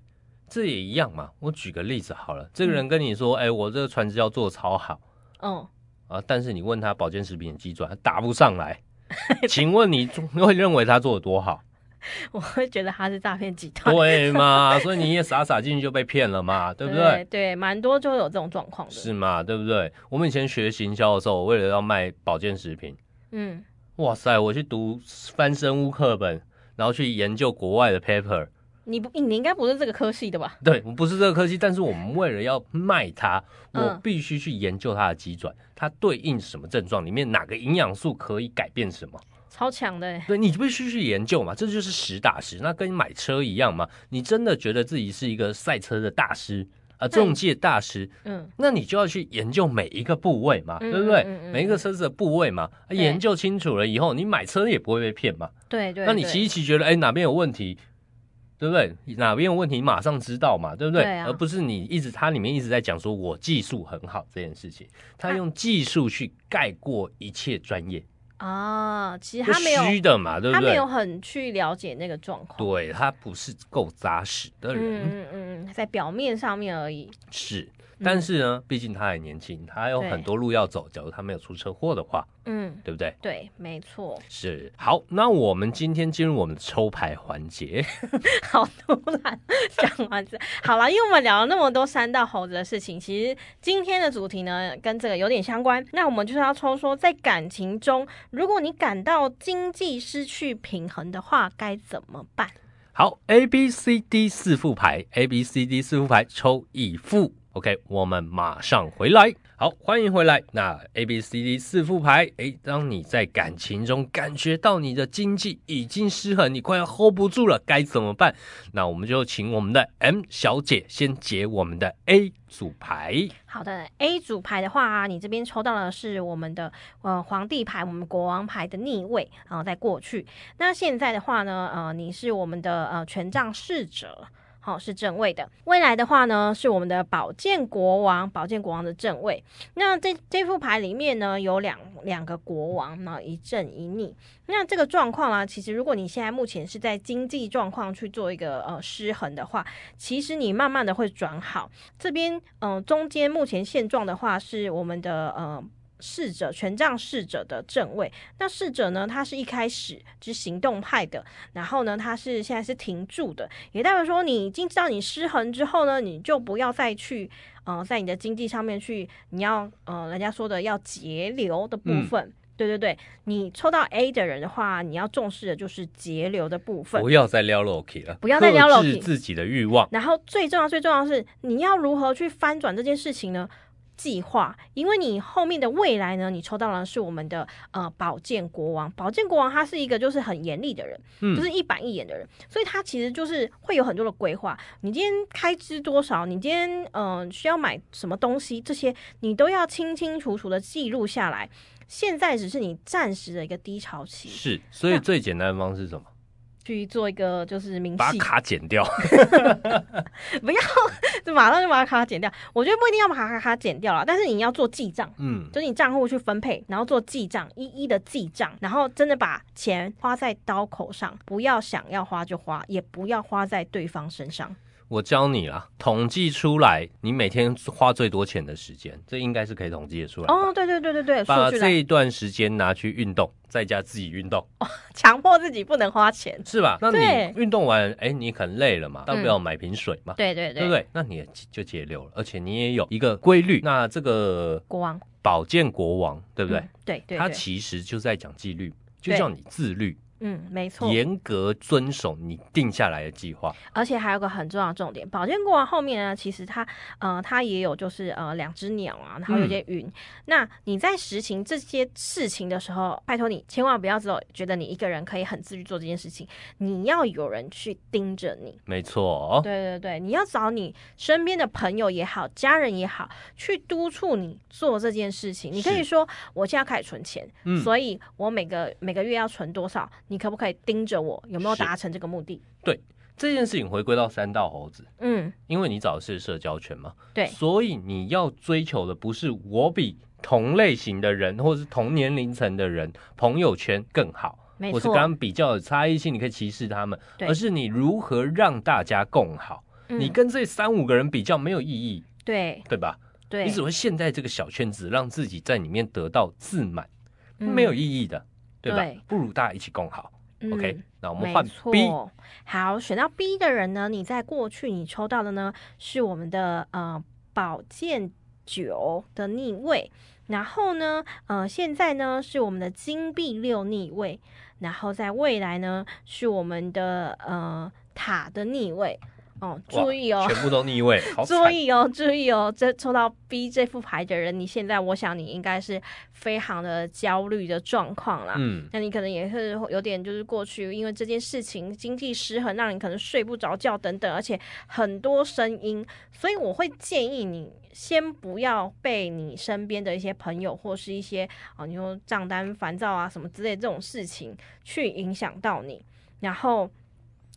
C: 这也一样嘛。我举个例子好了，这个人跟你说，哎，我这个传直销做得超好
D: 嗯，
C: 啊，但是你问他保健食品的基准，他答不上 来。请问你会认为他做的多好？
D: 我会觉得他是诈骗集 团，
C: 对嘛？所以你也傻傻进去就被骗了嘛，对不对？
D: 对？对，蛮多就有这种状况的。
C: 是嘛？对不对？我们以前学行销的时候，我为了要卖保健食品，
D: 嗯，
C: 哇塞，我去读翻身屋课本，然后去研究国外的 paper。
D: 你不，你应该不是这个科系的吧？
C: 对，我不是这个科技，但是我们为了要卖它，
D: 嗯
C: 我必须去研究它的机转，它对应什么症状，里面哪个营养素可以改变什么。
D: 超强的欸，
C: 对你必须去研究嘛，这就是实打实。那跟买车一样嘛，你真的觉得自己是一个赛车的大师啊，中介大师，
D: 嗯，
C: 那你就要去研究每一个部位嘛，
D: 嗯
C: 对不对？
D: 嗯嗯嗯
C: 每一个车子的部位嘛，啊
D: 对
C: 研究清楚了以后，你买车也不会被骗嘛。
D: 对对。
C: 那你
D: 对
C: 骑一骑觉得哎哪边有问题，对不对？哪边有问题你马上知道嘛，对不对？
D: 对啊
C: 而不是你一直它里面一直在讲说我技术很好这件事情，它
D: 它
C: 用技术去盖过一切专业，
D: 啊，其实
C: 就
D: 他没有，
C: 虚的嘛，对不
D: 他没
C: 对
D: 有？很去了解那个状况。
C: 对，他不是够扎实的人。
D: 嗯嗯嗯嗯，在表面上面而已。
C: 是，但是呢，毕竟他还年轻，他还有
D: 对
C: 很多路要走。假如他没有出车祸的话，
D: 嗯，
C: 对不对？
D: 对，没错，
C: 是。好，那我们今天进入我们的抽牌环节。
D: 好突然讲完这，好啦，因为我们聊了那么多山道猴子的事情，其实今天的主题呢跟这个有点相关。那我们就是要抽说，在感情中，如果你感到经济失去平衡的话，该怎么办？
C: 好，A、B、C、D 四副牌，A、B、C、D 四副牌抽一副。OK，我们马上回来。好，欢迎回来。那 A、B、C、D 四副牌，诶，当你在感情中感觉到你的经济已经失衡，你快要 hold 不住了，该怎么办？那我们就请我们的 M 小姐先解我们的 A 组牌。
D: 好的，A 组牌的话、啊你这边抽到的是我们的呃皇帝牌，我们国王牌的逆位，然后在过去。那现在的话呢，呃，你是我们的呃权杖侍者。好、是正位的。未来的话呢，是我们的宝剑国王，宝剑国王的正位。那这这副牌里面呢，有两两个国王，然后一正一逆。那这个状况啊，其实如果你现在目前是在经济状况去做一个呃失衡的话，其实你慢慢的会转好。这边嗯、呃中间目前现状的话是我们的呃。侍者权杖侍者的正位，那侍者呢？他是一开始是行动派的，然后呢，他是现在是停住的，也代表说你已经知道你失衡之后呢，你就不要再去，呃，在你的经济上面去，你要呃，人家说的要节流的部分，对对对。你抽到 A 的人的话，你要重视的就是节流的部分
C: 不。要再撩 Loki 了，
D: 不要再撩
C: 克
D: Loki
C: 制自己的欲望。
D: 然后最重要、最重要的是，你要如何去翻转这件事情呢？计划，因为你后面的未来呢，你抽到的是我们的呃宝剑国王。宝剑国王他是一个就是很严厉的人，
C: 嗯
D: 就是一板一眼的人，所以他其实就是会有很多的规划。你今天开支多少？你今天嗯、呃需要买什么东西？这些你都要清清楚楚的记录下来。现在只是你暂时的一个低潮期，
C: 是，所以
D: 那
C: 最简单的方式是什么？
D: 去做一个就是明
C: 把
D: 细，
C: 卡剪掉。
D: 不要 就马上就把卡剪掉。我觉得不一定要把卡卡剪掉了，但是你要做记账。
C: 嗯，
D: 就是你账户去分配，然后做记账，一一的记账，然后真的把钱花在刀口上，不要想要花就花，也不要花在对方身上。
C: 我教你啦，统计出来你每天花最多钱的时间，这应该是可以统计得出来的。
D: 哦，对对对对对，数
C: 把
D: 据
C: 这
D: 来
C: 一段时间拿去运动，在家自己运动，
D: 强迫自己不能花钱。
C: 是吧？那
D: 哦对嗯
C: 你运动完，哎，你很累了嘛，大不了买瓶水嘛，
D: 对对
C: 对不对？那你也就节流了，而且你也有一个规律。那这个
D: 国王，
C: 保健国王，对
D: 对
C: 不对？？
D: 对嗯对
C: 他
D: 对，
C: 其实就在讲纪律，就
D: 对
C: 叫你自律，
D: 嗯，没错。
C: 严格遵守你定下来的计划。
D: 而且还有个很重要的重点，宝剑国王后面呢，其实它呃它也有就是呃两只鸟啊，然后
C: 嗯
D: 有些云。那你在实行这些事情的时候，拜托你千万不要只有觉得你一个人可以很自律做这件事情，你要有人去盯着你。
C: 没错，哦，
D: 对对对，你要找你身边的朋友也好，家人也好，去督促你做这件事情。你可以
C: 是
D: 说，我现在开始存钱，
C: 嗯
D: 所以我每个每个月要存多少，你可不可以盯着我有没有
C: 是
D: 达成这个目的？
C: 这件事情回归到三道猴子，
D: 嗯，
C: 因为你找的是社交圈嘛，
D: 对
C: 所以你要追求的不是我比同类型的人或是同年龄层的人朋友圈更好，
D: 没
C: 或是
D: 错。
C: 跟他们比较有差异性，你可以歧视他们，
D: 对
C: 而是你如何让大家共好。你
D: 嗯、
C: 跟这三五个人比较没有意义，
D: 对
C: 对吧？
D: 对，
C: 你只会陷在这个小圈子，让自己在里面得到自满，
D: 嗯
C: 没有意义的，对吧
D: 对？
C: 不如大家一起共好。
D: 嗯
C: OK，那我们
D: 没
C: 换 B，
D: 错，好，选到 B 的人呢，你在过去你抽到的呢是我们的呃宝剑九的逆位，然后呢呃现在呢是我们的金币六逆位，然后在未来呢是我们的呃塔的逆位哦，
C: 哇
D: 注意哦。
C: 全部都逆位，好
D: 注
C: 惨。
D: 意哦，注意哦！这抽到 B 这副牌的人，你现在我想你应该是非常的焦虑的状况啦。
C: 嗯，
D: 那你可能也是有点，就是过去因为这件事情经济失衡，让你可能睡不着觉等等，而且很多声音，所以我会建议你先不要被你身边的一些朋友或是一些啊，你说账单烦躁啊什么之类这种事情去影响到你，然后。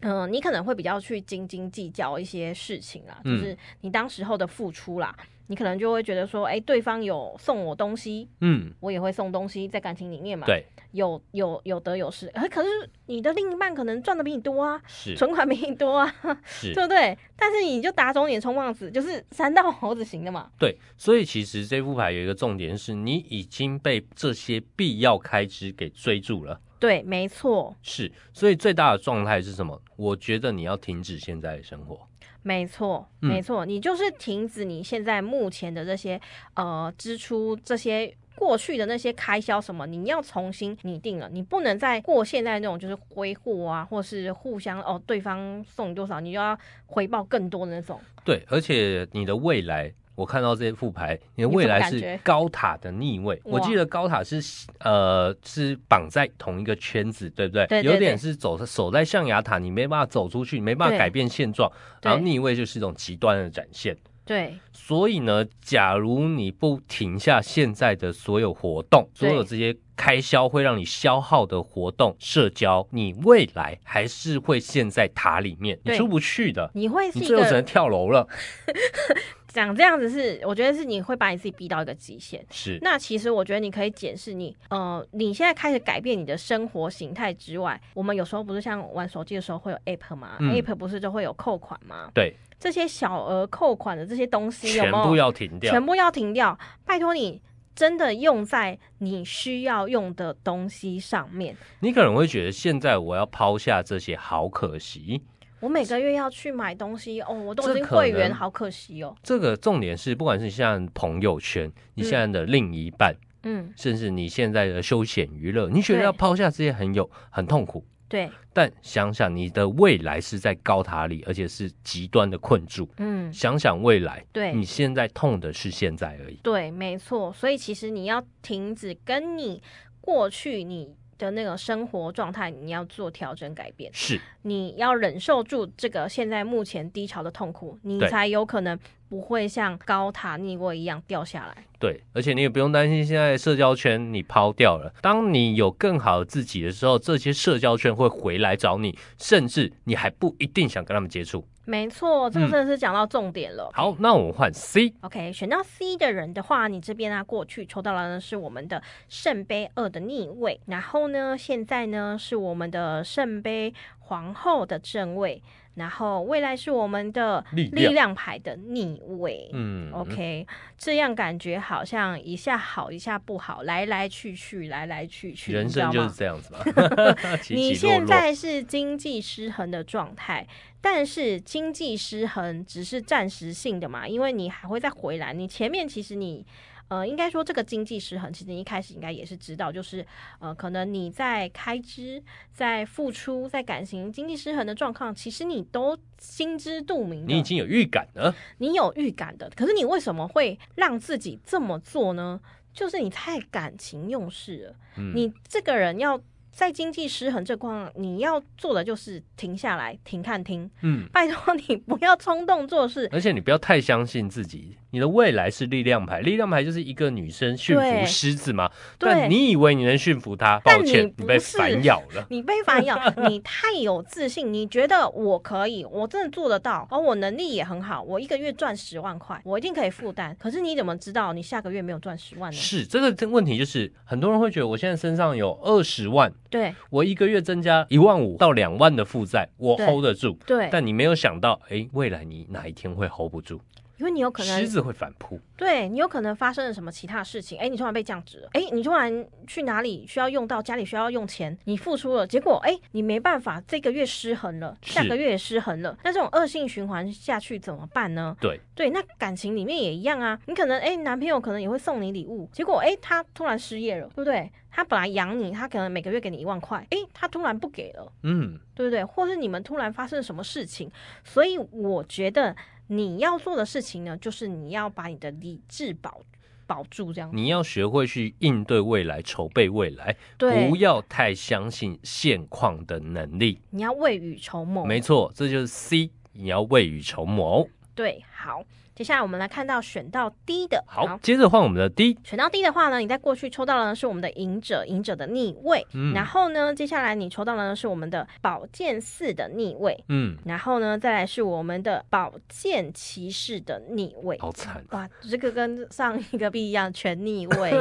D: 嗯、你可能会比较去斤斤计较一些事情啦，就
C: 嗯
D: 是你当时候的付出啦，你可能就会觉得说，哎、对方有送我东西，
C: 嗯，
D: 我也会送东西，在感情里面嘛，
C: 对，
D: 有有有得有失，可可是你的另一半可能赚的比你多啊，
C: 是
D: 存款比你多啊，对
C: 是，
D: 不对？但是你就打肿脸充胖子，就是三道猴子型的嘛。
C: 对。所以其实这副牌有一个重点是，你已经被这些必要开支给追住了。
D: 对，没错，
C: 是，所以最大的状态是什么？我觉得你要停止现在的生活。
D: 没错，
C: 嗯
D: 没错，你就是停止你现在目前的这些呃支出，这些过去的那些开销什么，你要重新拟定了，你不能再过现在那种就是挥霍啊，或是互相哦对方送你多少，你就要回报更多的那种。
C: 对，而且你的未来，我看到这副牌，你的
D: 你
C: 未
D: 什么
C: 来
D: 感
C: 是
D: 觉
C: 高塔的逆位。我
D: 哇
C: 记得高塔是呃是绑在同一个圈子，对不对？
D: 对对
C: 有点
D: 对
C: 是走守在象牙塔，你没办法走出去，你没办法
D: 对
C: 改变现状。然后
D: 对
C: 逆位就是一种极端的展现。
D: 对，
C: 所以呢，假如你不停下现在的所有活动，所
D: 对
C: 有这些开销会让你消耗的活动、社交，你未来还是会陷在塔里面，你
D: 对
C: 出不去的，
D: 你会是
C: 你
D: 一
C: 最后
D: 个
C: 只能跳楼了。
D: 讲这样子是，我觉得是你会把你自己逼到一个极限。
C: 是，
D: 那其实我觉得你可以检视你，呃，你现在开始改变你的生活形态之外，我们有时候不是像玩手机的时候会有 app 吗、
C: 嗯
D: a p p 不是就会有扣款吗？
C: 对，
D: 这些小额扣款的这些东西有
C: 全
D: 没有
C: 部要停掉
D: 全。部要停掉？拜托你真的用在你需要用的东西上面。
C: 你可能会觉得现在我要抛下这些，好可惜。
D: 我每个月要去买东西哦，我都
C: 这
D: 已经
C: 可
D: 会员，
C: 能
D: 好可惜哦。
C: 这个重点是，不管是你现在的朋友圈，你现在的另一半，
D: 嗯，
C: 甚至你现在的休闲娱乐，你觉得
D: 对
C: 要抛下这些很有很痛苦，
D: 对，
C: 但想想你的未来是在高塔里，而且是极端的困住。
D: 嗯，
C: 想想未来，
D: 对
C: 你现在痛的是现在而已。
D: 对，没错。所以其实你要停止跟你过去你的那个生活状态，你要做调整改变。
C: 是，
D: 你要忍受住这个现在目前低潮的痛苦，你
C: 对
D: 才有可能不会像高塔逆位一样掉下来。
C: 对，而且你也不用担心现在的社交圈你抛掉了。当你有更好的自己的时候，这些社交圈会回来找你，甚至你还不一定想跟他们接触。
D: 没错，这个
C: 嗯
D: 真的是讲到重点了。
C: 好，那我们换 C，
D: OK，选到 C 的人的话，你这边呢、过去抽到了呢是我们的圣杯二的逆位，然后呢，现在呢是我们的圣杯皇后的正位，然后未来是我们的
C: 力
D: 力
C: 量
D: 量牌的逆位。
C: 嗯
D: OK，这样感觉好像一下好一下不好，来来去去，来来去去，
C: 人
D: 你知道
C: 生
D: 吗
C: 就是这样子 嘛，起
D: 你
C: 起落
D: 现
C: 落。
D: 在是经济失衡的状态，但是经济失衡只是暂时性的嘛，因为你还会再回来。你前面其实你。呃，应该说这个经济失衡，其实你一开始应该也是知道，就是呃，可能你在开支、在付出、在感情经济失衡的状况，其实你都心知肚明的。
C: 你已经有预感了，
D: 你有预感的，可是你为什么会让自己这么做呢？就是你太感情用事了。
C: 嗯
D: 你这个人要在经济失衡这况，你要做的就是停下来，停看听。
C: 嗯，
D: 拜托你不要冲动做事。
C: 而且你不要太相信自己，你的未来是力量牌，力量牌就是一个女生驯
D: 对
C: 服狮子嘛，
D: 对
C: 但你以为你能驯服它，
D: 但
C: 抱歉
D: 你，不
C: 你被
D: 是
C: 反咬 了。
D: 你被反咬，你太有自信，你觉得我可以，我真的做得到，而、我能力也很好，我一个月赚十万块，我一定可以负担。可是你怎么知道你下个月没有赚十万呢？
C: 是这个这问题，就是很多人会觉得我现在身上有二十万，
D: 对
C: 我一个月增加一万五到两万的负债，我
D: 对
C: hold 得住。
D: 对，
C: 但你没有想到，哎，未来你哪一天会 hold 不住，
D: 因为你有可能
C: 狮子会反扑。
D: 对你有可能发生了什么其他的事情？哎，你突然被降职了，哎，你突然去哪里需要用到，家里需要用钱，你付出了，结果哎，你没办法，这个月失衡了，
C: 是
D: 下个月也失衡了，那这种恶性循环下去怎么办呢？
C: 对，
D: 对，那感情里面也一样啊，你可能哎，男朋友可能也会送你礼物，结果哎，他突然失业了，对不对？他本来养你，他可能每个月给你一万块，哎，他突然不给了。
C: 嗯，
D: 对不对？或是你们突然发生什么事情，所以我觉得你要做的事情呢，就是你要把你的理智保保住，这样子。
C: 你要学会去应对未来，筹备未来，
D: 对
C: 不，要太相信现况的能力。
D: 你要未雨绸缪。
C: 没错，这就是 C，你要未雨绸缪。
D: 对，好，接下来我们来看到选到 D 的，
C: 好，接着换我们的 D，
D: 选到 D 的话呢，你在过去抽到的呢是我们的隐者，隐者的逆位，
C: 嗯
D: 然后呢，接下来你抽到的呢是我们的宝剑四的逆位，
C: 嗯，
D: 然后呢，再来是我们的宝剑骑士的逆位。
C: 好惨，
D: 哇，这个跟上一个不一样，全逆位。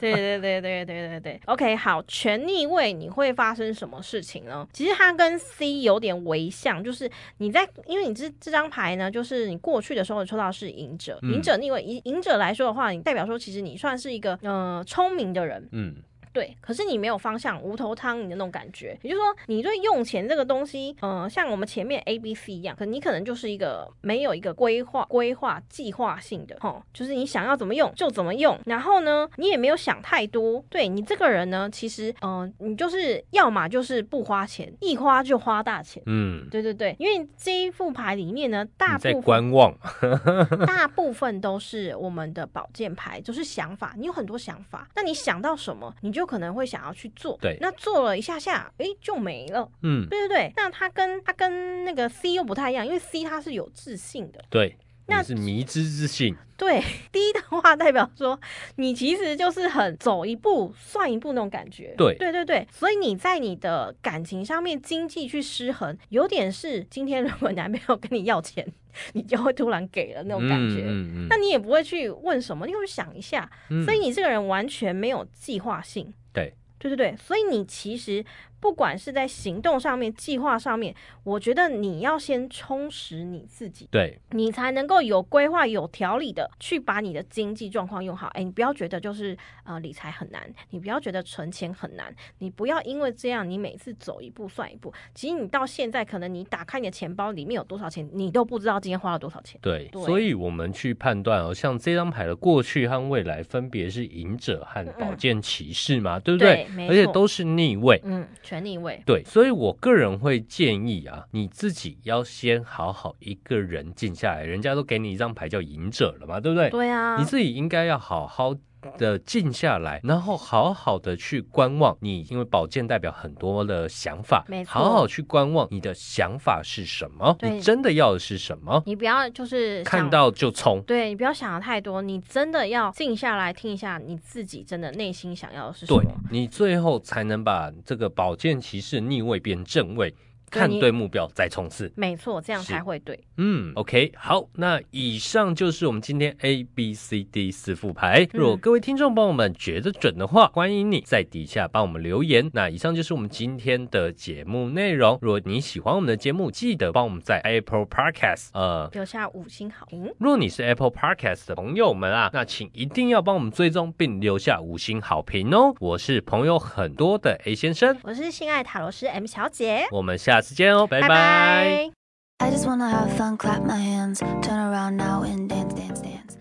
D: 对对对对对对对。OK，好，全逆位你会发生什么事情呢？其实它跟 C 有点微像，就是你在，因为你这这张牌呢，就是你过去的时候抽到是赢者，
C: 嗯
D: 赢、者逆位，赢赢者来说的话，你代表说其实你算是一个呃聪明的人，
C: 嗯，
D: 对，可是你没有方向，无头苍蝇的那种感觉。也就是说，你对用钱这个东西，呃，像我们前面 A、B、C 一样，可你可能就是一个没有一个规划、规划、计划性的，吼，就是你想要怎么用就怎么用。然后呢，你也没有想太多。对你这个人呢，其实，呃，你就是要么就是不花钱，一花就花大钱。
C: 嗯，
D: 对对对，因为这一副牌里面呢，大
C: 你在
D: 部分
C: 观望，
D: 大部分都是我们的宝剑牌，就是想法。你有很多想法，那你想到什么，你就可能会想要去做。
C: 对
D: 那做了一下下，诶，就没了。
C: 嗯，
D: 对对对，那它跟它跟那个 C 又不太一样，因为 C 它是有自信的，
C: 对，
D: 那
C: 你是迷之自信，
D: 对 D 的话代表说你其实就是很走一步算一步那种感觉。
C: 对
D: 对对对，所以你在你的感情上面经济去失衡，有点是今天如果男朋友跟你要钱， 你就会突然给了那种感觉。
C: 嗯嗯
D: 那你也不会去问什么，你会想一下，
C: 嗯
D: 所以你这个人完全没有计划性。
C: 对，
D: 对对对，所以你其实不管是在行动上面、计划上面，我觉得你要先充实你自己，
C: 对，
D: 你才能够有规划、有条理的去把你的经济状况用好。哎，你不要觉得就是呃理财很难，你不要觉得存钱很难，你不要因为这样你每次走一步算一步。其实你到现在，可能你打开你的钱包里面有多少钱，你都不知道今天花了多少钱。
C: 对，
D: 对
C: 所以我们去判断哦，像这张牌的过去和未来分别是隐者和宝剑骑士嘛，对不对？
D: 嗯对没
C: 而且
D: 错
C: 都是逆位。
D: 嗯，全权利位。
C: 对，所以我个人会建议啊，你自己要先好好一个人静下来，人家都给你一张牌叫赢者了嘛，对不对？
D: 对啊，
C: 你自己应该要好好。的静下来，然后好好的去观望你，因为宝剑代表很多的想法
D: 没，错
C: 好好去观望你的想法是什么，
D: 对
C: 你真的要的是什么，
D: 你不要就是想
C: 看，到就冲。
D: 对你不要想的太多，你真的要静下来听一下你自己真的内心想要的是什
C: 对
D: 么。
C: 你最后才能把这个宝剑骑士逆位变正位，
D: 对
C: 看
D: 你
C: 对目标再冲刺。
D: 没错，这样
C: 是
D: 才会对。
C: 嗯，OK，好，那以上就是我们今天 A B C D 四副牌。
D: 嗯
C: 如果各位听众朋友们觉得准的话，欢迎你在底下帮我们留言。那以上就是我们今天的节目内容。如果你喜欢我们的节目，记得帮我们在 Apple Podcast 呃。
D: 留下五星好评。
C: 如果你是 Apple Podcast 的朋友们啊，那请一定要帮我们追踪并留下五星好评哦！我是朋友很多的 A 先生，
D: 我是性爱塔罗师 M 小姐，
C: 我们下次见哦，拜
D: 拜
C: 拜
D: 拜
B: I just wanna have fun, clap my hands, turn around now and dance, dance, dance.